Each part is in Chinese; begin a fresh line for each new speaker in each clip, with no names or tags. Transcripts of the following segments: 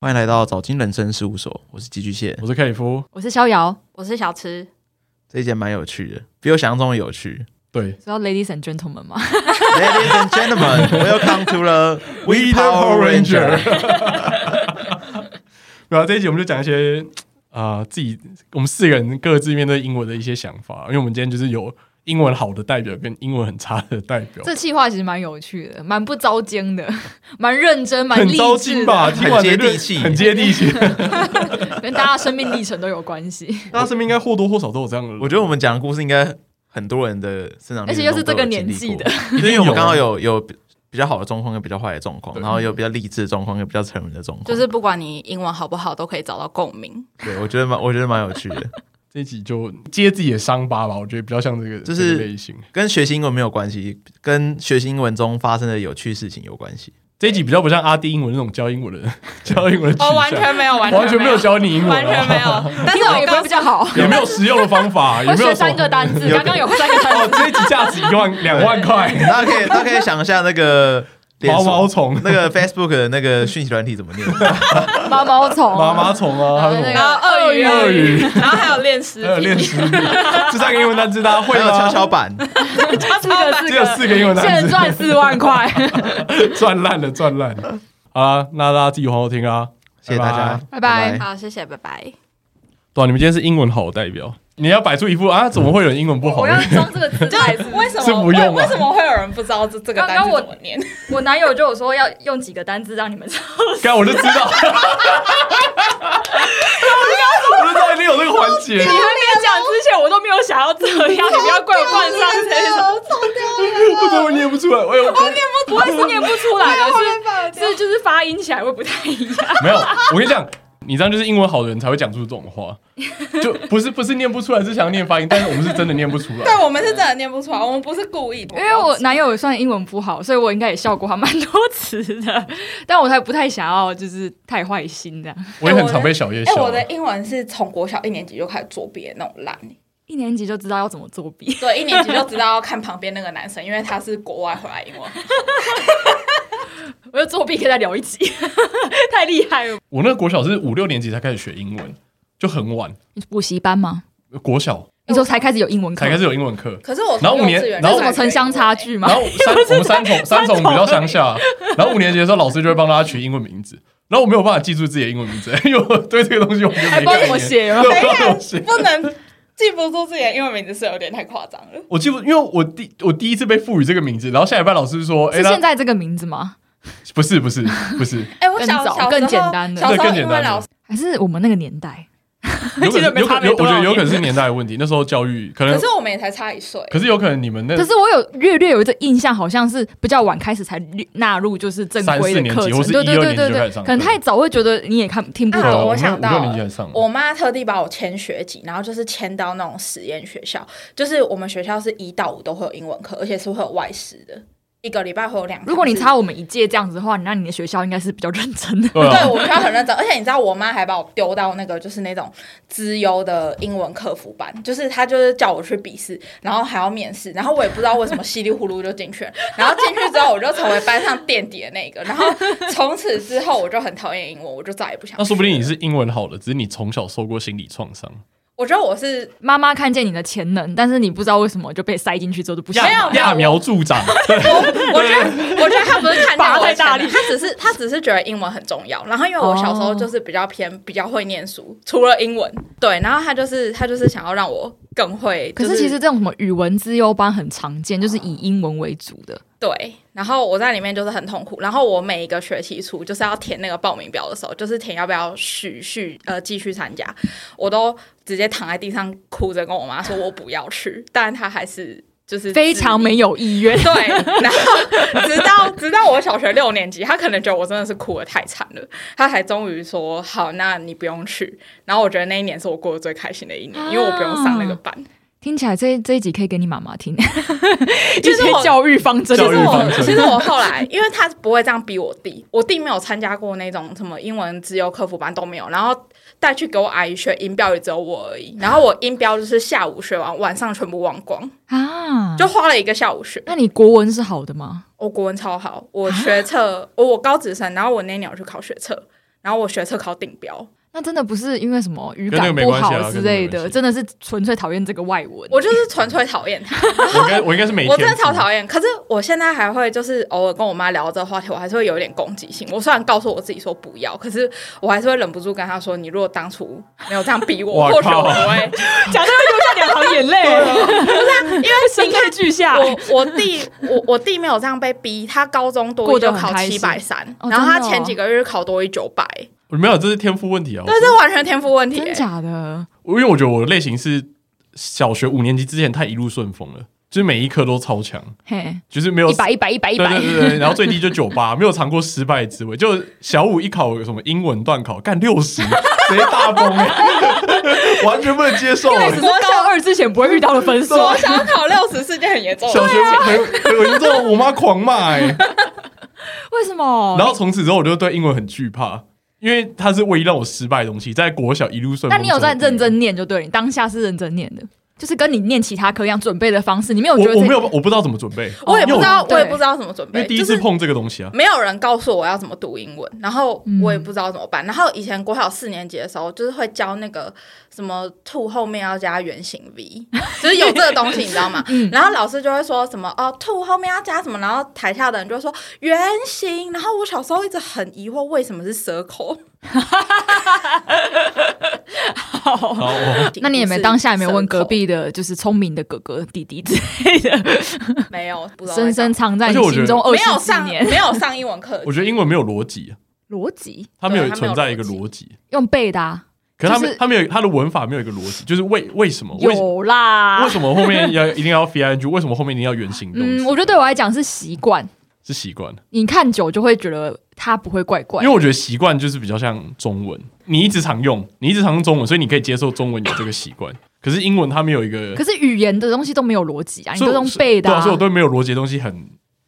欢迎来到早金人生事务所，我是寄居蟹。
我是克里夫，
我是逍遥，我是小池，
这一节蛮有趣的，比我想象中的有趣。
对
知道 ladies and gentlemen 吗？
Ladies and gentlemen, welcome to the We Power Ranger。。
然啊后这一集我们就讲一些啊、呃自己我们四个人各自面对英文的一些想法，因为我们今天就是有英文好的代表跟英文很差的代表，
这气话其实蛮有趣的，蛮不招奸的， 蛮认真，蛮
很
励
糟
志
心
的，
吧？听完
很接
的
地气
很接地气。
跟大家生命历程都有关 系。
大家身边应该或多或少都有这样的人。
我觉得我们讲的故事应该很多人的生长历程中都有经历过，
而且又是这个年纪的
因 为我
有
们
啊
刚好有有比较好的状况跟比较坏的状况，
对
然后有比较励志的状况跟比较沉沦的状况。
就是不管你英文好不好，都可以找到共鸣。
对我觉得蛮我觉得蛮有趣的，
这一集就接自己的伤疤吧，我觉得比较像这个
就是
这个类型。
跟学习英文没有关系，跟学习英文中发生的有趣事情有关系。
这一集比较不像阿弟英文那种教英文的教英文的取向，
哦，完全没有，完全
完全没有，教你英文，哦
完全没
好
有。 但是
英文
我
也不
刚
会比较 好，
不好，也没有实用的方法，也
我
没有
学
什
三
么
个单字，
有
刚刚有三个单
哦，
字，
这一集价值一万两万块，
大家可以大家可以想一下那 个脸
毛
书
毛虫、
那个 Facebook 的那个讯息软体怎么念？
毛毛虫，
妈妈虫啊，还有什么
哦呃那个
然后鳄鱼，
鳄鱼，
然后还有练尸
还有练
体，
食 笔，这三个英文单词大家会
还有跷
吗？
跷板，
四个
只有四个英文
现
单
在赚四万块，
词，赚烂了，赚烂了。好啦，那大家自己好好听啊，
谢谢大家，
拜拜
好，谢谢，拜拜。
对啊，你们今天是英文好的代表，你要摆出一副啊，怎么会有人英文不好
我
的
要？装这个姿态。 是不是
为什
这不用啊
为什么会有人不知道这这个单
刚刚
词
我
怎么念？
我男友就有说要用几个单字让你们知 道，
刚我就知道，我就知道一定有这个环节。
在讲之前我都没有想要这样，你不要怪我冠上这种。
我怎么念不出来？哎呦，
不会是念不出来 的，是是就是发音起来会不太一样。
没有，我跟你讲，你这样就是英文好的人才会讲出这种话，就不是不是念不出来，是想要念发音，但是我们是真的念不出 来。
对我们是真的念不出来，我们不是故意的。
因为我男友也算英文不好，所以我应该也笑过他蛮多次的，但我才不太想要就是太坏心这样。
我也很常被小叶
哎，
笑
我。的英文是从国小一年级就开始作弊的那种烂，
一年级就知道要怎么作弊，
对，一年级就知道要看旁边那个男生，因为他是国外回来英文。
我就作弊可以再聊一集， 太厉害了。
我那个国小是五六年级才开始学英文，就很晚，
你补习班吗？
国小
你说才开始有英文课
才，开始有英文课。
可是我
然后
从
五
幼
年
稚园
然
这
后
是什么城乡差？距吗
然？ 后三我们三重三重比较乡下，然后五年级的时候老师就会帮大家取英文名字，然后我没有办法记住自己的英文名字， 因为我对这个东西我没有
还不知道怎么写吗
对，我不
等
知
一
道怎
下
么写。
不能记不住自己的英文名字是有点太夸张了。
我记不，因为我第我第一次被赋予这个名字，然后下礼拜老师就说，哎，
是
那
现在这个名字吗？
不是不是不是，
哎、我小
更早
小时候
更简单的
小时
对
候
更简
英
单
文
的
老师，
还是我们那个年代？
有可
记得
能
没
有
差
可
没
有，我
多
觉
少
得有
年
可能是年代的问题。那时候教育可能
可，是我们也才差一岁。
可是有可能你们那
可是我有略略有一个印象，好像是比较晚开始才纳入就是正规的课
三四年级或
程，
是
对对
一二
对
年级
对
就开
对
始，上课
可能太早会觉得你也看听不
对
懂
啊
啊，
我
我
们
想到
五六
了
年级才上
我妈特地把我迁学籍，然后就是迁到那种实验学校，就是我们学校是一到五都会有英文课，而且是会有外师的，一个礼拜会有两堂 是。
如果你差我们一届这样子的话，你那你的学校应该是比较认真 的。
对
对
啊，
我们学校很认真，而且你知道，我妈还把我丢到那个就是那种资优的英文客服班，就是她就是叫我去笔试，然后还要面试，然后我也不知道为什么稀里糊涂就进去了，然后进去之后我就成为班上垫底的那个，然后从此之后我就很讨厌英文，我就再也不想。
那说不定你，是英文好的，只是你从小受过心理创伤。
我觉得我是
妈妈看见你的潜能，但是你不知道为什么就被塞进去之后就不行
没有
了。
没有
揠苗助长，
我觉 得，我觉得他不是看
拔
到我
太
的
大
潜
力
能，他只是他只是觉得英文很重要。然后因为我小时候
哦
就是比较偏比较会念书，除了英文，对，然后他就是他就是想要让我更会。
可
就是
其实这种什么语文资优班很常见，就是以英文为主的。
对，然后我在里面就是很痛苦。然后我每一个学期初就是要填那个报名表的时候，就是填要不要续续呃继续参加，我都直接躺在地上哭着跟 我妈说我不要去，但他还是就是
非常
执意。
没有意 愿
对，然后直到直到我小学六年级，他可能觉得我真的是哭的太惨了，他才终于说好，那你不用去。然后我觉得那一年是我过得最开心的一年，因为我不用上那个班。
听起来这这一集可以给你妈妈 听，
就
一
是我
些教育方针。
其
教
实
育方
我
针
其实我后来，因为他不会这样逼我弟，我弟没有参加过那种什么英文自由客服班都没有，然后带去给我阿姨学音标也只有我而已，然后我音标就是下午学完，晚上全部忘光，
啊，
就花了一个下午学。
那你国文是好的吗？
啊
我国文超好，我学测，我我高职生，然后我那年有去考学测，然后我学测考顶标，
那真的不是因为什么语
跟那个
感
没
不
关系啊
好之类的，
跟那个没关系
真的是纯粹讨厌这个外文。
我就是纯粹讨厌他，
我应该我应该是每天
我真的超讨厌。可是我现在还会就是偶尔跟我妈聊这个话题，我还是会有一点攻击性。我虽然告诉我自己说不要，可是我还是会忍不住跟她说：“你如果当初没有这样逼我，
哇
或许我
靠
不会。”
讲到流下两行眼 泪，
因为
声泪俱下
我我弟我我弟没有这样被逼，他高中多一就
过得
考
很开
七
心
百三，
哦
然后他
真的哦
前几个月考多一九百，
我没有，这是天赋问题啊。
对，这完全天赋问题、
真
欸。
假的？
我因为我觉得我的类型是小学五年级之前太一路顺风了，就是每一科都超强，
嘿，
就是没有
一百一百一百一
对
百
对，对对，然后最低就九八， 没有尝过失败滋味。就小五一考有什么英文段考，干六十， 直接大崩、 欸，
完全不能接 受、
这只是
欸。
高二之前不会遇到的分数。
我想要考六十是件很严重的
小
事
学很很严重，我妈狂骂哎、
为什么？
然后从此之后我就对英文很惧怕，因为它是唯一让我失败的东西，在国小一路顺风。
那你有在认？真念就对，你当下是认真念的，就是跟你念其他科一样准备的方式，你没有
我
觉得
我
这
没有，我不知道怎么准备，
我也不知道
哦，
我也
对
不知道怎么准
因
备，
为第一
就
次
是
碰这个东西啊。
没有人告诉我要怎么读英文，然后
嗯
我也不知道怎么办。然后以前国小四年级的时候，就是会教那个什么 to 后面要加圆形 v，就是有这个东西，你知道吗？
嗯
然后老师就会说什么哦 to 后面要加什么，然后台下的人就会说圆形。然后我小时候一直很疑惑，为什么是 circle？
好， 我
哦那你也没当下也没有问隔壁的，就是聪明的哥哥弟弟之类的，
circle，没有，不知道在
深深
干嘛
藏在
而且
你
我觉
心
得
中二
没有
十
上
几年。
没有上英文课，
我觉得英文没有逻辑，啊
逻辑
它没有
对它没
存
有
在一个
逻
逻辑，
用背的、啊，
可是它
就
没
是
它没有它的文法没有一个逻辑，就是为为什么为
有啊啦
为。什么后面要一定要 f i n g？为什么后面一定要原形动
嗯，
词？
我觉得对我来讲是习惯，
是习惯，
你看久就会觉得它不会怪怪
因为。我觉得习惯就是比较像中文，你一直常用，你一直常用中文，所以你可以接受中文有这个习惯。可是英文它没有一个
可，是语言的东西都没有逻辑啊，你
所以
都
我
用背的、
对啊，所以我对没有逻辑的东西很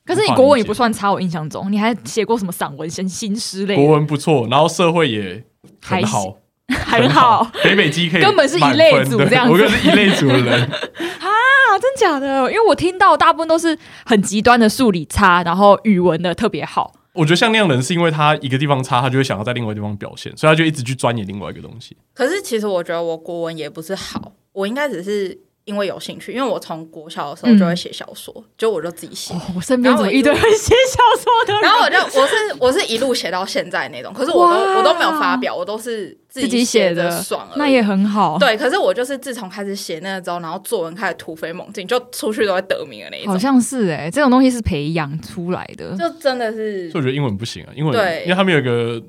可是你国文也不算差，我印象中你还写过什么散文、新新诗类
国
的，
文不错，然后社会也很
还
好
行，还好。，
北北基可以
根本是一
满
类
分
组
对
这样子
我就是一类组的人，
啊，真假的？因为我听到大部分都是很极端的数理差，然后语文的特别好。
我觉得像那样的人，是因为他一个地方差，他就会想要在另外一个地方表现，所以他就一直去钻研另外一个东西。
可是其实我觉得我国文也不是好，我应该只是因为有兴趣，因为我从国小的时候就会写小说，就我就自己写。
哦，我身边怎么一堆会写小说的人？
然后我就我是我是一路写到现在那种，可是我都
哇
我都没有发表，我都是
自
己
己
写
写
着
的
爽而已。
那也很好，，
对，可是我就是自从开始写那个之后，然后作文开始突飞猛进，就出去都会得名的那一
好
种，
像是哎、这种东西是培养出来的。
就真的是
所以我觉得英文不行啊，英文
对
因为他们有一个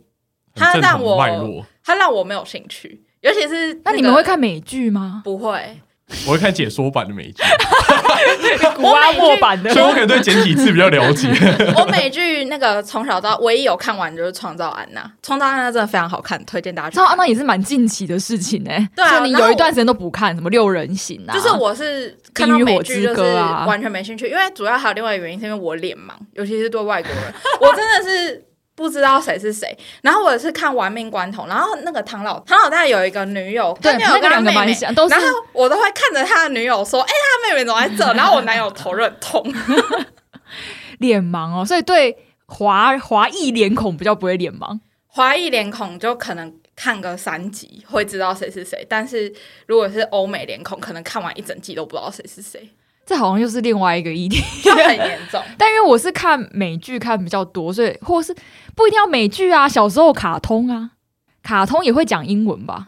它
很正
让
统
我
的脉络，
它让我没有兴趣，尤其是、
那你们会？看美剧吗？
不会，
我会看解说版的美 剧，
古
阿莫
版的
所以我可能对简体字比较了解。
我美剧那个从小到唯一有看完就是《创造安娜》，《创造安娜》真的非常好看，推荐大家去
知道
看。
啊那也是蛮近期的事情哎、欸，
对啊
所以你
然后
有一段时间都不看什么六人行啊，
就是我是看到
冰与
美
火
剧
之
就是
歌啊
完全没兴趣，因为主要还有另外一个原因是因为我脸盲，尤其是对外国人，我真的是不知道谁 是谁。然后我是看《玩命关头》，然后那个唐老唐老大有一个女友，
对
他女友
那个
跟他
两个
妹
蛮
妹
像，都是
然后我都会看着他的女友说：“哎、他妹妹怎么在这？”然后我男友头就很痛，
脸盲哦，所以对华华裔脸孔比较不会脸盲。
华裔脸孔就可能。看个三集会知道谁是谁，但是如果是欧美脸孔，可能看完一整季都不知道谁是谁，
这好像又是另外一个议题，
就很严重。
但因为我是看美剧看比较多，所以或是不一定要美剧啊，小时候卡通啊，卡通也会讲英文吧？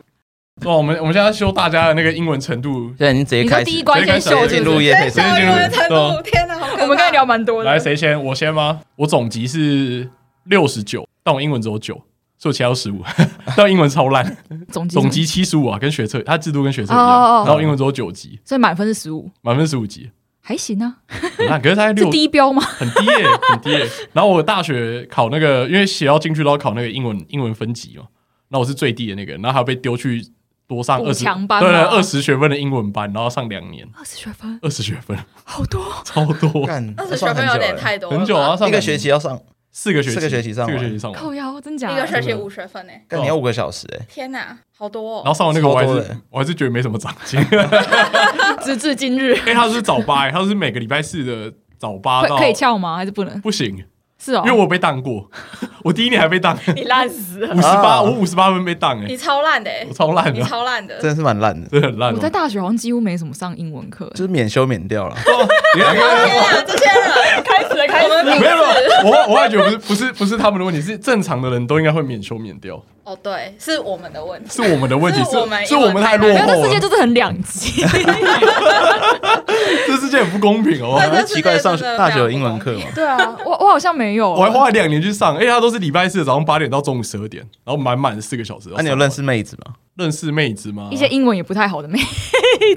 哇，哦我们我们现在修大家的那个英文程度，
现在已经直接
你
开
说
始，
第一关先秀
直接
是不
进
是
入夜配
直接
时
进入
下
间
一
夜配
轮程 度，天哪，好可怕
我们刚才聊蛮多的，
来谁先？我先吗？我总级是六十九，但我英文只有九，所以我其他都十五， 但我英文 超烂，
总
总
级，
级七十五啊，跟学测它制度跟学测一
哦哦
样，
哦
然后英文只有九级，
所以满分是十五，
满分十五级，
还行啊，
很烂。可是它在
是
六
低标吗？
很低耶、 很低耶、然后我大学考那个，因为写要进去都要考那个英文英文分级嘛，那我是最低的那个，然后还被丢去多上
补
二十
强班
对对，
吗
二十学分的英文班，然后上两年，
二十学分，
二十学分
好多。
超 多，
干
二十学分有点，太多了吧，
很久啊，上
算很久欸一个学期要上，
四个学期，
四个学期上
四
完
个学期上完，
靠腰，真假
一
的
个？ 学期五学分呢、
干你要五个小时哎，
天哪，好多
然后
哦！
上完那个我还
超多的
是我还是觉得没什么长进，因
直至今日，
为他是早八、欸，他是每个礼拜四的早八
可
到
可以翘吗？还是不能？
不行，
是哦
因为，我被当过， 我第一年还被当五
你烂死了。
十八，
啊
我五十八分被当哎
你，超烂的、欸
我，超烂啊
你
的，
超烂的，
真的是蛮烂的，
真的很烂
我在
哦。
大学好像几乎没什么上英文课，
就是免修免掉了。
你看你看
天啊，这些人 开始了，开始
没有没有，我我也觉得不是不是不是他们的问题，是正常的人都应该会免修免掉，
哦，对，是我们的问题。
是我们的问题，
是我们
是我们太落
没
哦
没有，这
后
世界
了，
就是很两极。
这世界很不公平哦。
对
很啊奇怪，上
这真的
大学有英文课嘛？
对啊， 我我好像没有。
我还花了两年去上，因为他都是礼拜四的早上八点到中午十二点，然后满满的四个小时。
啊那你有认识妹子吗？
认识妹子吗？
一些英文也不太好的妹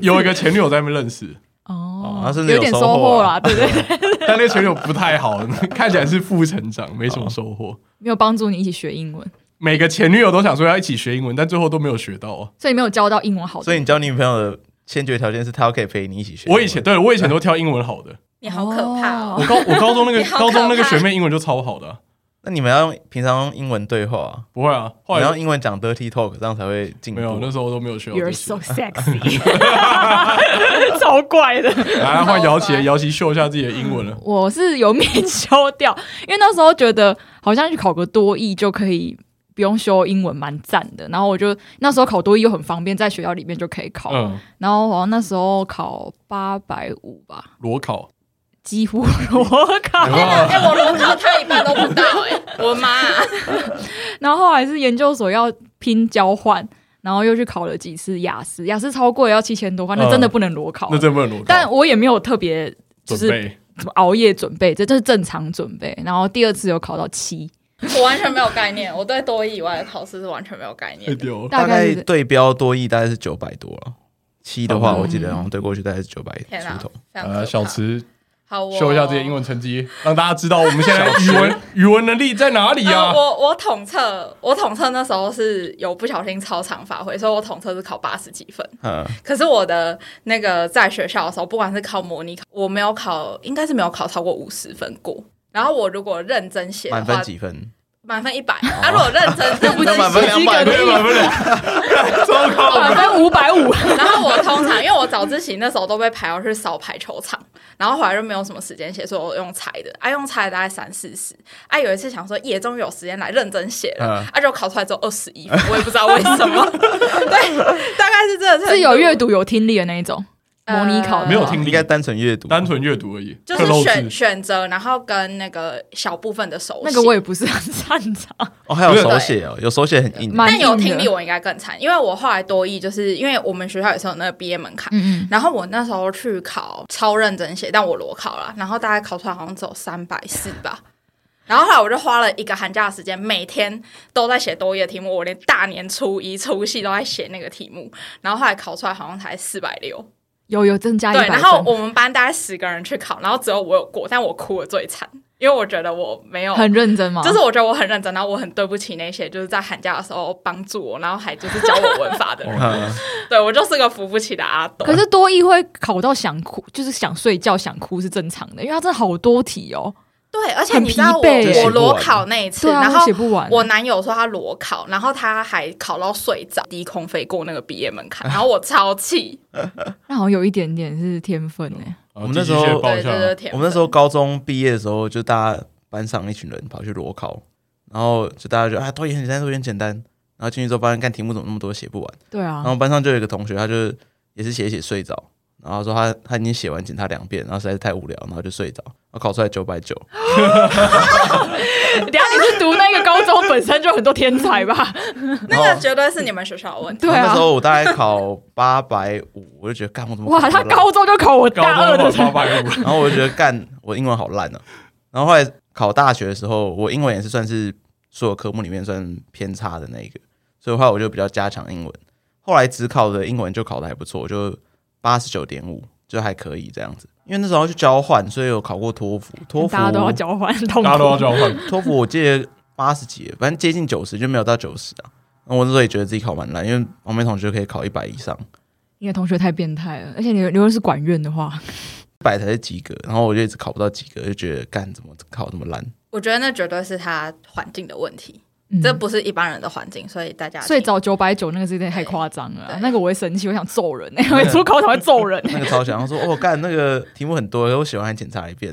有一个前女友在那边认识，
哦
那是你有
有点
收
收
获
获
啊
啦，对不对？
但那个前女友不太好， 看起来是负成长，没什么收获。
没有帮助你一起学英文，
每个前女友都想说要一起学英文，但最后都没有学到啊。
所以没有交到英文好的。
所以你交女朋友的先决条件是她要可以陪你一起学。
我以前对我以前都挑英文好的，
你好可怕哦！
我 高我高中那个
你好可
高
怕
中那个学妹英文就超好的啊、
那你们要用平常用英文对话
不会啊，
啊，
后
你要
来
用英文讲 dirty talk，这样才会进步。
没有那时候都没有学到这
You're
些
so。sexy，超怪的。
来换姚琪，姚琪秀一下自己的英文了。
我是有免修掉，因为那时候觉得好像去考个多译就可以不用修英文，蛮赞的。然后我就那时候考多译又很方便，在学校里面就可以考。
嗯，
然后好像那时候考八百五吧，
裸考，
几乎 裸考。
有没有
哎、我裸考他一半都不到哎、我妈、啊，
然后后来是研究所要拼交换，然后又去考了几次雅思，雅思超贵，要七千多块，那真的不能裸考。
那真不能裸考。
但我也没有特别就
准
是
备
什么熬夜准备，这就是正常准备。然后第二次有考到七，
我完全没有概念，我对多一以外的考试是完全没有概
太
念的。
哎丢了。
大
概
概
是
对标多亿大概是九百多了，七的话
嗯
我记得好像对过去大概是九百
天啊哪
出头。，
非常可怕
呃，小池
好、哦，
秀一下自己的英文成绩，让大家知道我们现在语文语文能力在哪里
呃
啊？
我我统测，我统测那时候是有不小心超常发挥，所以我统测是考八十几分。
嗯，
可是我的那个在学校的时候，不管是考模拟考，我没有考，应该是没有考超过五十分过。然后我如果认真写的
满
话
分，几分？
满分一百。啊，如果 认真认
那
真
满分
写，
两百
没有没有没有，糟糕！
满分五百 五，
然后我通常因为我早自习那时候都被排要去扫排球场，然后后来就没有什么时间写，所以我用猜的，啊用猜的大概三四十。啊有一次想说夜中有时间来认真写 了
嗯，
啊就考出来之后二十一分，我也不知道为什么。 对，大概是这个程度
是有阅读有听力的那一种模拟考的话，
没有听
应该单纯阅读，
啊单纯阅读而已，
就
克
是
漏
选
字。
选择，然后跟那个小部分的手写
那个我也不是很擅长，
哦，还有
不是
手写哦，有手写很硬。
蛮
但
硬的
有听力我应该更惨，因为我后来多译，就是因为我们学校也是有那个毕业门槛，
嗯嗯，
然后我那时候去考超认真写，但我裸考了，然后大概考出来好像只有三百四吧。然后后来我就花了一个寒假的时间，每天都在写多页题目，我连大年初一、初夕都在写那个题目。然后后来考出来好像才四百六，
有有增啊加一
对。
百分，
然后我们班大概十个人去考，然后只有我有过，但我哭的最惨，因为我觉得我没有
很认真嘛，
就是我觉得我很认真，然后我很对不起那些就是在寒假的时候帮助我，然后还就是教我文法的 人。
嗯
对我就是个扶不起的阿斗。
可是多一会考到想哭，就是想睡觉、想哭是正常的，因为它真的好多题哦。
对，而且
很
你知道
疲惫
我
耶
我裸考那一次，
对啊，
然
我
后
写不完。
我男友说他裸考，然后他还考到睡着，低空飞过那个毕业门 槛，然后我超气。
那好像有一点点是天分哎、
我
我们那时候
报
对
一下
对，对，天
我们那时候高中毕业的时候，就大家班上一群人跑去裸考，然后就大家就啊，多也很简单，多也很简单。然后进去之后发现，看题目怎么那么多写不完。
对
嗯
然
哦
啊，
后班上就有一个同学，他就也是写一写睡着，然后说他他已经写完检查两遍，然后实在是太无聊，然后就睡着，然后考出来九百九。
等一下你是读那个高中本身就很多天才吧？
那
然
个
后
绝对是你们学校的问题。
对
那
啊
时，候我大概考八百五，我就觉得干我
嗯
怎么考
哇，
这么
他
烂
高中就考我大
高
二
中
的
八 百五，
然后我就觉得干我英文好烂啊。然后后来考大学的时候，我英文也是算是所有科目里面算偏差的那一个，所以后来我就比较加强英文。后来只考的英文就考的还不错，就八十九点五，就还可以这样子。因为那时候要去交换，所以有考过托福，托福
大家都要交换，很痛
大家都要
苦。
交换。
托福我记得八十几，反正接近九十就没有到九十啊。那我那时候也觉得自己考蛮烂，因为旁边同学可以考一百以上，
你的同学太变态了，而且你如果是管院的话，
一百才是及格，然后我就一直考不到及格，就觉得干怎么考这么烂。
我觉得那绝对是他环境的问题，
嗯
这不是一般人的环境，所以大家
睡着九百九那个是有点太夸张了啊、
对
那个我会生气，我想揍人、欸，我出考场会揍 人、欸
那个超强，他说：“哦，干，那个题目很多，我写完还检查一遍。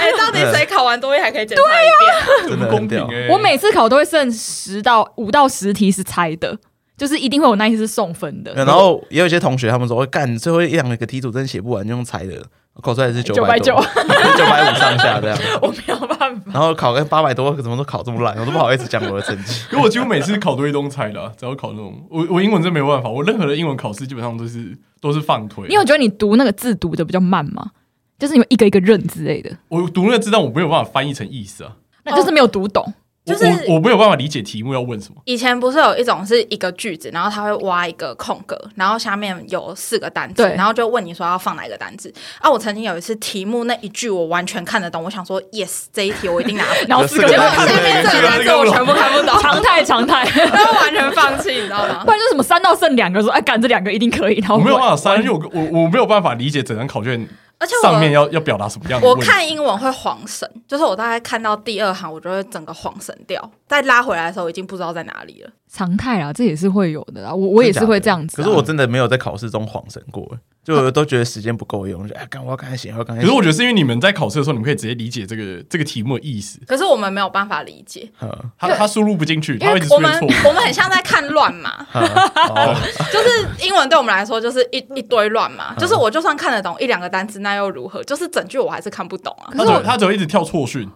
哎、哎，到底谁考完多一还可以检查一遍？
真的很
不公平
屌。
哎、
我每次考都会剩十到五到十题是猜的，就是一定会有那一题是送分的。
然后也有一些同学他们说，哦干最后一两个题组真的写不完，就用猜的，考出来是九百九 九百五上下这样。
我没有办法，
然后考个八百多，怎么都考这么烂，我都不好意思讲我的成绩。
因为我几乎每次考多一都猜的、啊，只要考那种我我英文真没有办法，我任何的英文考试基本上都是都是放啊推。
你有觉得你读那个字读的比较慢吗？就是你们一个一个认之类的，
我读那个字，但我没有办法翻译成意思啊，
那就是没有读懂。
我
就是
我我没有办法理解题目要问什么。
以前不是有一种是一个句子，然后他会挖一个空格，然后下面有四个单字，
对。
然后就问你说要放哪一个单字。啊，我曾经有一次题目那一句我完全看得懂，我想说 yes 这一题我一定拿分
然后四
四
个
个
结果
人
下面这个单字我全部看不 懂，
常态常态，
然后 完全放弃，你知道吗
不？然就是什么三到剩两个，说哎赶这两个一定可以，然后
我没有
啊
办法
删
删，因为我我我没有办法理解整张考卷
而且
上面
我
要要表达什么样的
我
问题。
看英文会晃神，就是我大概看到第二行，我就会整个晃神掉，再拉回来的时候已经不知道在哪里了。
常态啦，这也是会有的啦。我我也是会这样子啊、
可是我真的没有在考试中晃神过，就我都觉得时间不够用，就哎，干我要赶快写，我要赶快
可
写。
是我觉得是因为你们在考试的时候，你们可以直接理解这个这个题目的意思，
可是我们没有办法理解，
嗯
他他输入不进去，
因
他会
为
一直出
我
现
们
错误。
我们很像在看乱码，
嗯哦，
就是英文对我们来说就是一一堆乱码，就是我就算看得懂一两个单词，那又如何？就是整句我还是看不懂啊。
他只有他只会一直跳错讯，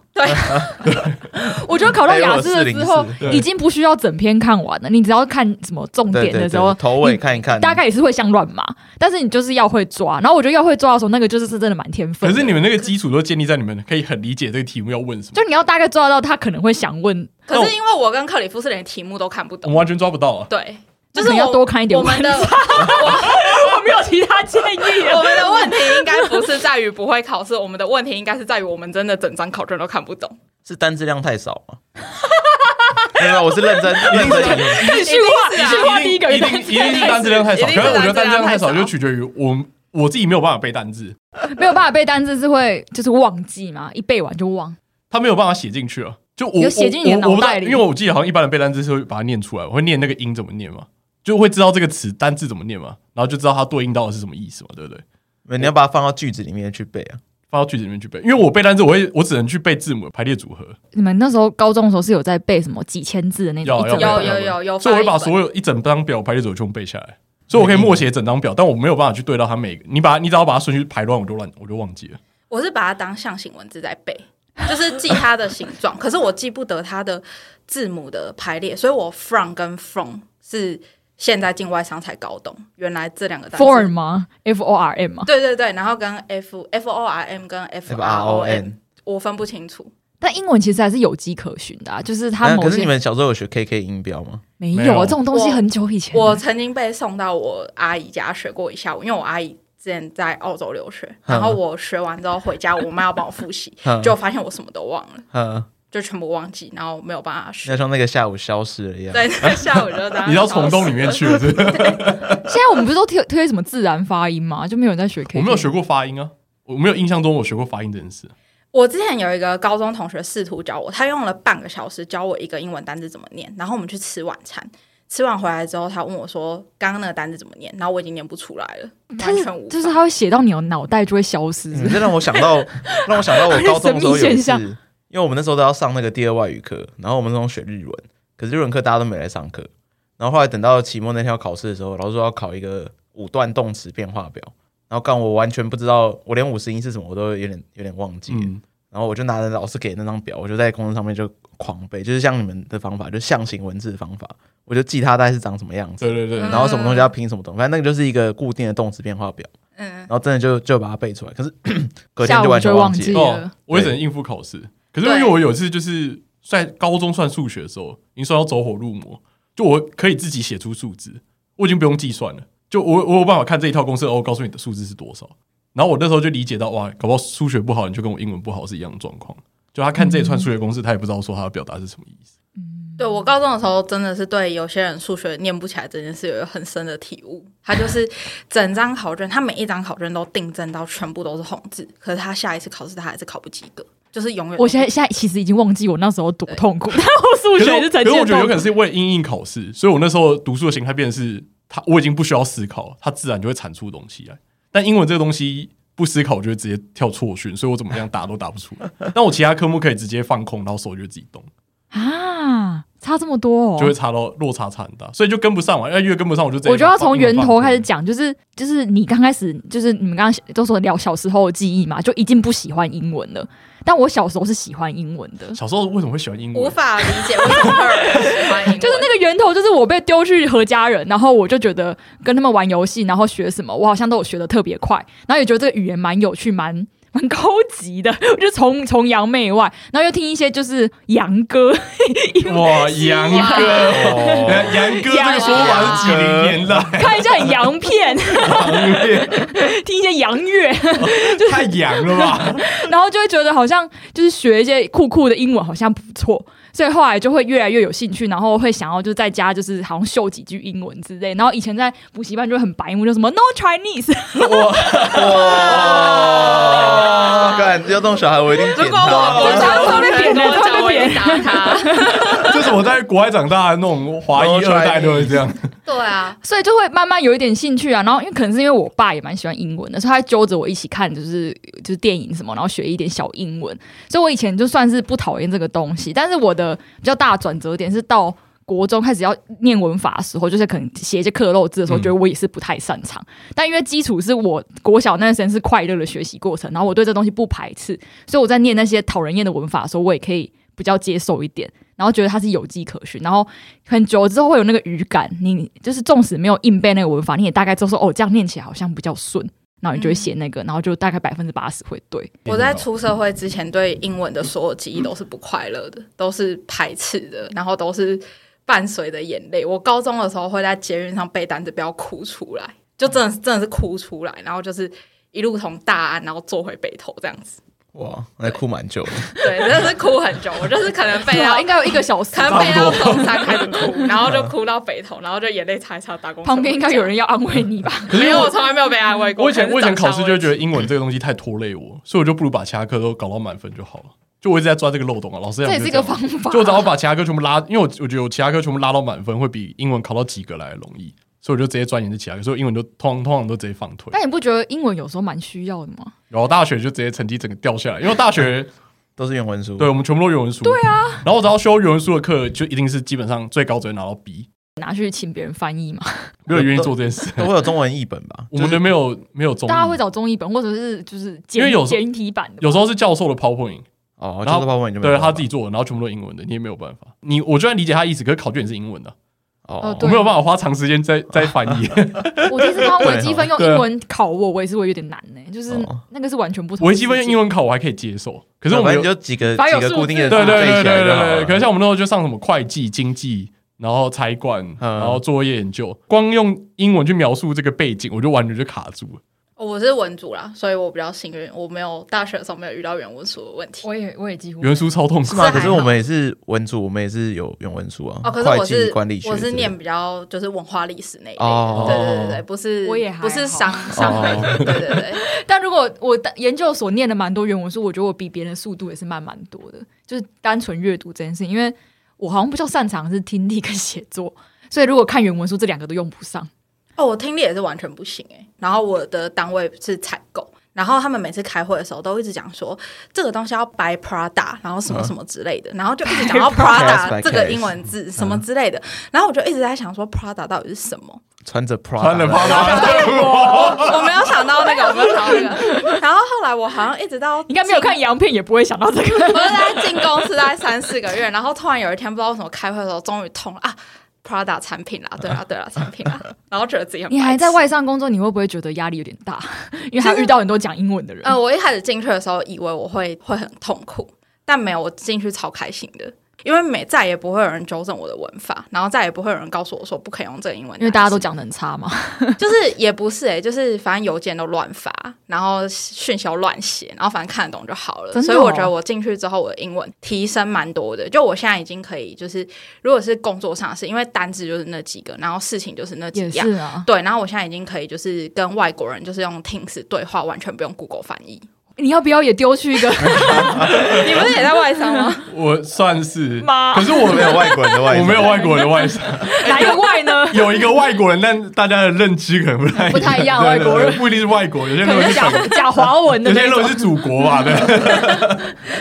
我觉得考到雅思了之
还
后
有404，
对
已经不需要整篇看完了，你只要看什么重
对
点
对
的时
对，
候，
头尾
你
看一看，
大概也是会像乱码，但是你就是要会抓。然后我觉得要会抓的时候，那个就是是真的蛮天分
可
的。
是你们那个基础都建立在你们可以很理解这个题目要问什么
就，你要大概抓得到他可能会想问，
可是因为我跟克里夫是连题目都看不
我
懂
们，完全抓不到啊。
对，
那可
就是
能
我
要多看一点
我们的
文 我没有其他建议
我们的问题应该不是在于不会考试，我们的问题应该是在于我们真的整张考卷都看不懂。
是单质量太少吗？ 没有，我是认真认真引用。
你去画，
啊
你去画第一个
一定一定一定是单字量太少，可是我觉得单字量太少就取决于我我自己没有办法背单字，
没有办法背单字是会就是忘记嘛，一背完就忘。
他没有办法写进去啊。就我
有写进你的
我我我不知道
脑袋里
因为我记得好像一般人背单字是会把它念出来，我会念那个音怎么念嘛，就会知道这个词单字怎么念嘛，然后就知道它对应到的是什么意思嘛，对不对？
你要把它放到句子里面去背啊。
放到句子里面去背，因为我背单字，我会我只能去背字母的排列组合，
你们那时候高中的时候是有在背什么几千字的那种
要
一整
要
有
本
要
有有有，
所以我会把
翻译本
所有一整张表排列组合全部背下来，所以我可以默写整张表，但我没有办法去对到它每个。你把你只要把它顺序排乱，我就乱我就忘记了。
我是把它当象形文字在背，就是记它的形状，可是我记不得它的字母的排列，所以我 from 跟 from 是现在境外商才搞懂，原来这两个单词。
form 吗？F O R M 吗？
对对对，然后跟 f f o r m 跟 f
F
r
R
o
O
n，
N。
我分不清楚。
但英文其实还是有迹可循的、啊，就是它
那
某
可是你
些
们小时候有学 KK 音标吗？
没有
没有
啊，这种东西很久以前了。
我曾经被送到我阿姨家学过一下午，因为我阿姨之前在澳洲留学，然后我学完之后回家，我妈要帮我复习，
嗯
就发现我什么都忘了，
嗯，
就全部忘记，然后没有办法学
那。像那个下午消失了一样。
对，那个下午就这样。
你到虫洞里面去了，是不是？
现在我们不是都推推什么自然发音吗？就没有人在学 K，
我没有学过发音啊，我没有印象中我学过发音这件事。
我之前有一个高中同学试图教我，他用了半个小时教我一个英文单字怎么念，然后我们去吃晚餐，吃完回来之后，他问我说刚刚那个单字怎么念，然后我已经念不出来了，
它
完
是
全无法。
就是它会写到你的脑袋就会消失。
你嗯这让我想到， 让我想到我高中的时候有
神秘
一
现
次
象，
因为我们那时候都要上那个第二外语课，然后我们那种选日文，可是日文课大家都没来上课。然后后来等到期末那天要考试的时候，老师说要考一个五段动词变化表，然后刚我完全不知道，我连五十音是什么我都有点有点忘记了。
嗯，
然后我就拿着老师给的那张表，我就在工作上面就狂背，就是像你们的方法，就象形文字的方法，我就记它大概是长什么样子，
对对对，
嗯
然后什么东西要拼什么东西，反正那个就是一个固定的动词变化表，
嗯
然，后真的就就把它背出来，可 是隔
下
天
午
完全
就
忘
忘记
了
了
哦，我也只能应付考试。可是因为我有一次就是在高中算数学的时候，已经算到走火入魔，就我可以自己写出数字，我已经不用计算了，就我我有办法看这一套公式，哦，我告诉你的数字是多少。然后我那时候就理解到，哇，搞不好数学不好，你就跟我英文不好是一样的状况。就他看这一串数学公式，他也不知道说他要表达是什么意思。
对我高中的时候，真的是对有些人数学念不起来这件事有一个很深的体悟。他就是整张考卷，他每一张考卷都订正到全部都是红字，可是他下一次考试他还是考不及格，就是永远
我现在现在其实已经忘记我那时候多痛苦，但我数
可是
学
我
是
可
曾
是
经
我
的
觉得有可
痛苦。
能是为了因应考试，所以我那时候读书的形态变成是，他我已经不需要思考，它自然就会产出东西来。但英文这个东西不思考，我就会直接跳错训，所以我怎么样打都打不出来。但我其他科目可以直接放空，然后手就自己动，
啊，差这么多
就会
哦。
差到落差差很大，所以就跟不上嘛。哎，越跟不上我就直接
我觉得要
把放
从源头开始。
放空
讲，就是就是你刚开始就是你们刚刚都说聊小时候的记忆嘛，就已经不喜欢英文了。但我小时候是喜欢英文的，
小时候为什么会喜欢英
无
文？
法理解为什么会有人喜欢英 文
就是那个源头，就是我被丢去何家人，然后我就觉得跟他们玩游戏，然后学什么，我好像都有学的特别快，然后也觉得这个语言蛮有趣，蛮蛮高级的， 我就崇崇洋媚外，然后又听一些就是洋歌，
哇，杨哥，杨杨哥这个说法是几零年代，
看一下洋片， 听一些洋乐，
太洋了吧？
然后就会觉得好像就是学一些酷酷的英文好像不错，所以后来就会越来越有兴趣，然后会想要就在家就是好像秀几句英文之类，然后以前在补习班就很白目，就什么 no Chinese。
哇！哦干，要动小孩，我一定剪
如果
啊
我
他。
我想
超被扁的
我
超
讲，
被
我
扁
也打他。
就是我在国外长大的那种华裔二代都会这样。
对啊，
所以就会慢慢有一点兴趣啊。然后因为可能是因为我爸也蛮喜欢英文的，所以他会揪着我一起看，就是就是电影什么，然后学一点小英文。所以我以前就算是不讨厌这个东西，但是我的比较大的转折点是到。国中开始要念文法的时候，就是可能写一些克漏字的时候，
嗯
觉得我也是不太擅长。但因为基础是我国小那段时间是快乐的学习过程，然后我对这东西不排斥，所以我在念那些讨人厌的文法的时候，我也可以比较接受一点，然后觉得它是有迹可循，然后很久之后会有那个语感，你就是纵使没有硬背那个文法，你也大概知道说哦，这样念起来好像比较顺，然后你就会写那个，然后就大概百分之八十会对。
我在出社会之前，对英文的所有记忆都是不快乐的，都是排斥的，然后都是伴随着眼泪。我高中的时候会在捷运上背单词，不要哭出来，就真的是真的是哭出来，然后就是一路从大安然后坐回北投这样子。
哇，那哭蛮久的。
对，真的是哭很久，我就是可能背
对
到
啊，应该有一 个小时
可
吧。
能背到中山开始哭，然后就哭到北投，然后就眼泪擦一擦，打工
旁边应该有人要安慰你吧？
可是因
没
为
有，我
我
从来没有被安慰过。
我以前我以前考试就会觉
得
得英文这个东西太拖累我，所以我就不如把其他科都搞到满分就好了。就我一直在抓这个漏洞啊，老师
这
讲
也
就是
一
这
个
样
方法。
就我只要把其他科全部拉，因为我我觉得我其他科全部拉到满分会比英文考到及格来的容易，所以我就直接钻研这其他科，所以我英文都通通常都直接放退。
但你不觉得英文有时候蛮需要的吗？
然后大学就直接成绩整个掉下来，因为大 学
都是原文书。
对我们全部都原文书，对啊。然后我只要修原文书的课，就一定是基本上最高只会拿到 B，
拿去请别人翻译嘛？
没有人愿意做这件 事。
都会有中文译本吧？
我们的没有没有中
大家会
文，
找中译本，或者是就是
因为有
简
时候
简体版的吧。
有时候是教授的 PowerPoint，
哦，
然
教
后
授包文你就没有
对
办法
他自己做的，然后全部都英文的，你也没有办法。你我就算理解他意思，可是考卷也是英文的，
哦
哦，
我
对
没有办法花长时间在 在翻译。
我第一次看到微积分用
对啊
英文考我，我也是会有点难呢、就是
哦
那个是完全不同。
微积分用英，文考我还可以接受，
可
可是我们
们就几个
反正
几
有
个
数
固定的
字
对对
背
对对
起来
对
就好了
对，可是像我们那时候就上什么会计、经济，然后财管，
嗯
然后作业研究，光用英文去描述这个背景，我就完全就卡住了。
哦我是文组啦，所以我比较幸运，我没有大学的时候没有遇到原文书的问题。
我也我也几乎
原书超痛苦
是，吗？
是还好
啊可是我们也是文组，我们也是有用文书啊。
哦，可是
会
我
计
是
管理学之类
我
的，
是念比较就是文化历史那一类的，
哦
对对对对，不是
我也还好
不是 商商类的，对对对，
但如果我的研究所念的蛮多原文书，我觉得我比别人的速度也是慢蛮多的，就是单纯阅读这件事情，因为我好像比较擅长是听力跟写作，所以如果看原文书，这两个都用不上。
哦，我听力也是完全不行哎、然后我的单位是采购，然后他们每次开会的时候都一直讲说这个东西要 buy Prada，然后什
嗯
么什么之类的，然后就一 直讲到
Prada
Prada 这个英文字什么
嗯
之类的，然后我就一直在想说 Prada 到底是什么。
穿着 Prada，
穿了啪啪
我没有想到那个，我没有想到那个。然后后来我好像一直到
你应该没有看洋片，也不会想到这个。
我是在进公司大概三四个月，然后突然有一天不知道为什么开会的时候，终于通了啊，Prada 产品啦， 对啦对啦产品啦，然后觉得自己 很
你还
白痴
在。外商工作，你会不会觉得压力有点大？因为还遇到很多讲英文的人。
呃，我一开始进去的时候，以为我会会很痛苦，但没有，我进去超开心的，因为每再也不会有人纠正我的文法，然后再也不会有人告诉我说不可以用这个英文，
因为大家都讲的很差嘛，
就是也不是哎、就是反正邮件都乱发，然后讯息都乱写，然后反正看得懂就好了。
真的哦
所以我觉得我进去之后，我的英文提升蛮多的。就我现在已经可以，就是如果是工作上的事，因为单字就是那几个，然后事情就是那几
也
样
是。啊。
对，然后我现在已经可以就是跟外国人就是用 Teams 对话，完全不用 Google 翻译。
你要不要也丢去一个？
你不是也在外商 吗？
我算是
妈
可是我
我没有外国人 的外商，
我没有外国人的外商，
哪一个外呢？
有一个外国人，但大家的认知可能不太
不太一样
对对
外国人
对不一定是外国，有些
可
认为是
能是
本
假假华文的
有些
那
认为
种
是。祖国吧，对。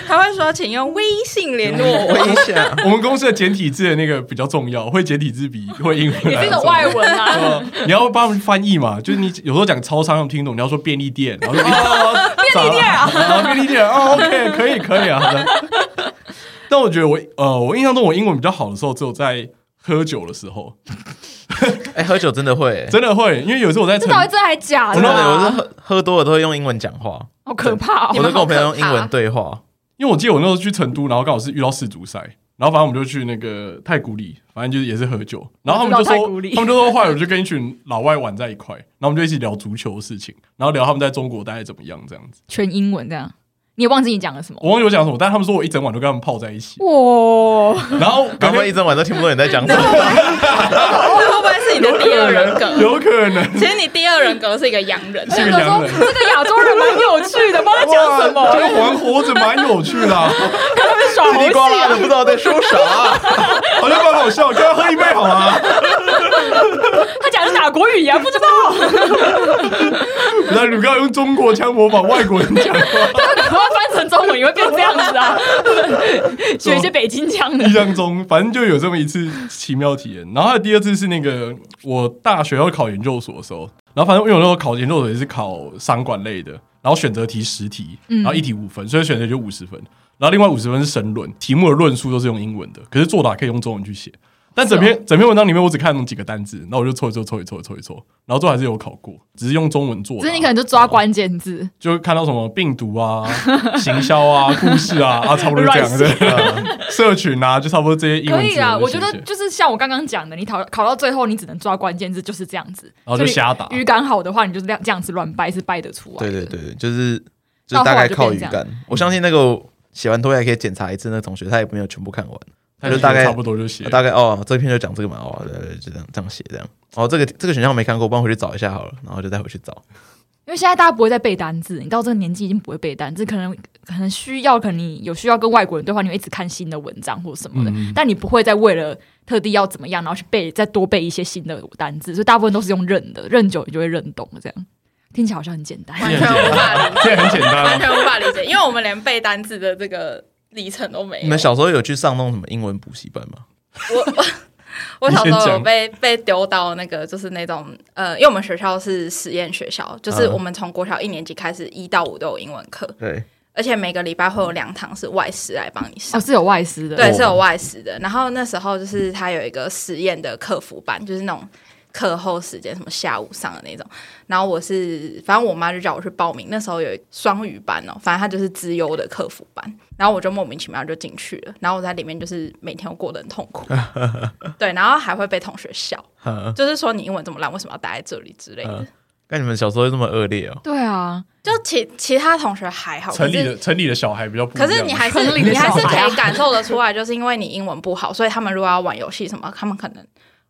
他会说，请用微信联络我。
危险。
我们公司的简体字的那个比较重要，会简体字比会英文
你
来
这
得重
种
要。
外文啊，
对啊你要帮他们翻译嘛？就是你有时候讲超商他们听不懂，你要说便利店，然后就哦
便利店 啊，
啊，便利店哦，OK，可以，可以啊。好的但我觉得我呃，我印象中我英文比较好的时候，只有在喝酒的时候，
哎，喝酒真的会、欸，
真的会，因为有时候我在
这
成
到底真的还假
我
的
那我是
啊？
喝喝多了都会用英文讲话，
好可怕
我
哦！
都跟我朋友用英文对话。
因为我记得我那时候去成都，然后刚好是遇到世足赛，然后反正我们就去那个太古里，反正就是也是喝酒，然后他们就
我知道太
说
古里，
他们就说后来我就跟一群老外玩在一块，然后我们就一起聊足球的事情，然后聊他们在中国大概怎么样这样子。
全英文这样，你也忘记你讲了什么？
我忘记我讲什么，但他们说我一整晚都跟他们泡在一 起，
哇，
然后
刚刚一整晚都听不懂你在讲什 么，
这会不会是你的第二人格？
有可能
其实你第二人格是一个洋人，
这
这
个
个
洋
说
人
这个亚洲人蛮有趣的，不知道在讲什
哇
么，
这个还活着蛮有趣的、啊，
他们耍
叽里呱
猴戏
啦的，不知道在说啥。
好像蛮好笑，跟他喝一杯好吗？
他讲的是哪国语言啊？不 知道，
那你刚刚用中国腔模仿外国人讲话，
他可能翻成中文也会变这样子 啊，学一些北京腔的
印。象中反正就有这么一次奇妙体验。然后还有第二次是那个我大学要考研究所的时候，然后反正因为我那时候考研究所也是考商管类的，然后选择题十题，然后一题五分，所以选择就五十分。然后另外五十分是申论，题目的论述都是用英文的，可是作答可以用中文去写。但整篇、整篇文章里面，我只看懂几个单字，那我就凑一凑，凑一凑，凑一凑，然后最后还是有考过，只是用中文做答。
只是你可能就抓关键字，
就看到什么病毒啊、 行销啊、故事啊啊，差不多就这样子
乱。
社群啊，就差不多这些英文
可
字
以啊。
就
我
写
觉
一
得
写
就是像我刚刚讲的，你考考到最后，你只能抓关键字，就是这样子。
然后哦就
所以
瞎打
嗯
语感好的话，你就是这样这样子乱掰是掰得出来。
对对，对，就是就是大概靠语感。我相信那个写完拖还可以检查一次，那个同学他也没有全部看完，
他
就
就
大概
差不多就写。
大概哦这篇就讲这个嘛，哦对对，对就这样这样写这样。哦，这个这个选项我没看过，我帮我回去找一下好了，然后就再回去找。
因为现在大家不会再背单字，你到这个年纪已经不会背单字，可能可能需要，可能你有需要跟外国人对话，你会一直看新的文章或什么的，
嗯
但你不会再为了特地要怎么样，然后去背再多背一些新的单字，所以大部分都是用认的，认久你就会认懂了。这样听起来好像很简 单，
完全无法理解，
这也很简单
完
啊。
全无法理解，因为我们连背单词的这个历程都
哎
没有。
你们小时候有去上那种什么英文补习班吗？
我我小时
你先
候有
讲
被被丢到那个，就是那种呃，因为我们学校是实验学校，就是
嗯
我们从国小一年级开始，一到五都有英文课，
对，
而且每个礼拜会有两堂是外师来帮你上
哦，。是有外师的，
对，
哦
是有外食的。然后那时候就是他有一个实验的客服班，就是那种课后时间，什么下午上的那种。然后我是，反正我妈就叫我去报名。那时候有一双语班哦，反正他就是资优的客服班。然后我就莫名其妙就进去了。然后我在里面就是每天都过得很痛 苦，对，然后还会被同学笑，
哼
就是说你英文这么烂，为什么要待在这里之类的
嗯。那你们小时候这么恶劣哦？
对啊，
就其其他同学还好，
城
可
里
是
的城里的小孩比较不一样，
可是你 还是
城里的
你还是
小孩啊
可以感受得出来，就是因为你英文不好，所以他们如果要玩游戏什么，他们可能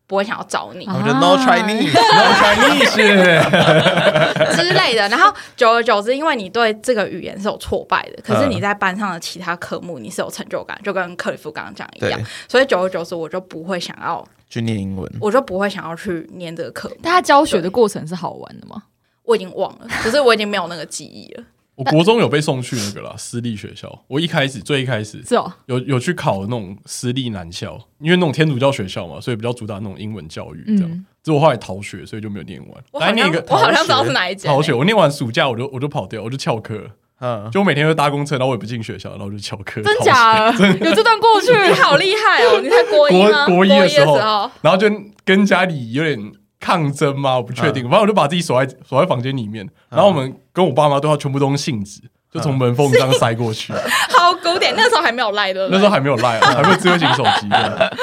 不会想要找你
我
啊
们就 no Chinese，
No Chinese，
之类的。然后久而久之，因为你对这个语言是有挫败的，可是
嗯
你在班上的其他科目你是有成就感，就跟克里夫刚刚讲一样
对。
所以久而久之，我就不会想要，
嗯
去念英文。
我就不会想要去念这个科目。
大家教学的过程是好玩的吗？
我已经忘 了，可是我已经没有那个记忆了。
我国中有被送去那个啦私立学校。我一开始最一开始
是 哦，
有有去考那种私立男校，因为那种天主教学校嘛，所以比较主打那种英文教育这样
嗯。
只是我后来逃学，所以就没有念完。
我
来
好
念一
像
个
我好像
逃学
知道是哪一间、
逃学，我念完暑假我就我就跑掉，我就翘课了，
嗯，
就我每天都搭公车，然后我也不进学校，然后我就翘课。
真
逃学
假的？有这段 过去？
你好厉害哦！你在国一吗？
国国一
一
的
的
时候
候，
然后就跟家里有点抗争嘛，我不确定。反正我就把自己锁在锁在房间里面，然后我们跟我爸妈对话全部都用信纸，就从门缝这样塞过去。
好古典，那时候还没有赖的，
那时候还没有赖，啊还没有智慧型手机，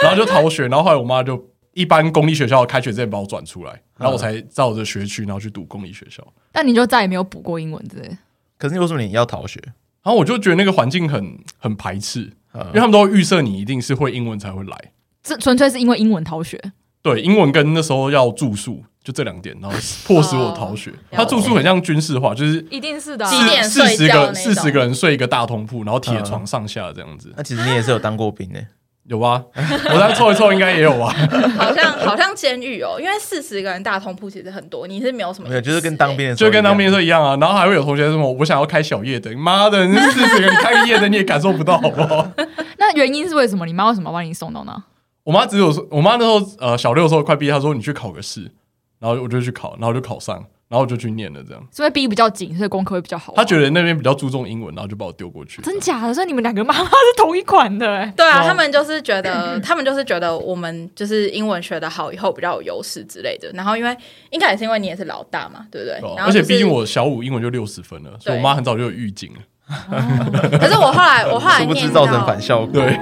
然后就逃学。然后后来我妈就一般公立学校开学之前把我转出来，然后我才照着学区，然后去读公立学校。
但你就再也没有补过英文之类的，
可是为什么你要逃学？
然后我就觉得那个环境很很排斥，因
嗯
为他们都会预设你一定是会英文才会来。
这纯粹是因为英文逃学。
对，英文跟那时候要住宿，就这两点，然后迫使我逃学。他住宿很像军事化，就是
一定是的啊，
哦几点
四四十
睡觉那
个
种嗯
四十个人睡一个大通铺，然后铁床上下这样子，
那其实你也是有当过兵的、
有吧？ 我再凑一凑，应该也有 吧？
好像好像监狱哦，因为四十个人大通铺其实很多，你是没有什么
没有？就是跟当兵的时候一
就
样，
跟当兵的时候一样啊。然后还会有同学说什么，我想要开小夜灯，妈的，那四十个你开个夜灯你也感受不到，好不好？
那原因是为什么？你妈为什么把你送到那？
我妈只有说，我妈那时候呃小六的时候快毕业，她说你去考个试，然后我就去考，然后就考上，然后我就去念了这样。
是因为逼比较紧，所以功课会比较好吗。
她觉得那边比较注重英文，然后就把我丢过去。
真假的，所以你们两个妈妈是同一款的、欸，
对啊，
哦
他们就是觉得， 他们就是觉得我们就是英文学得好以后比较有优势之类的。然后因为应该也是因为你也是老大嘛，对不对
哦
对吧？
然后
而且
就是
毕竟，我小五英文就六十分了，所以我妈很早就有预警了。
可是我后来我后来
殊不
念
知
到
造成反效果。
对，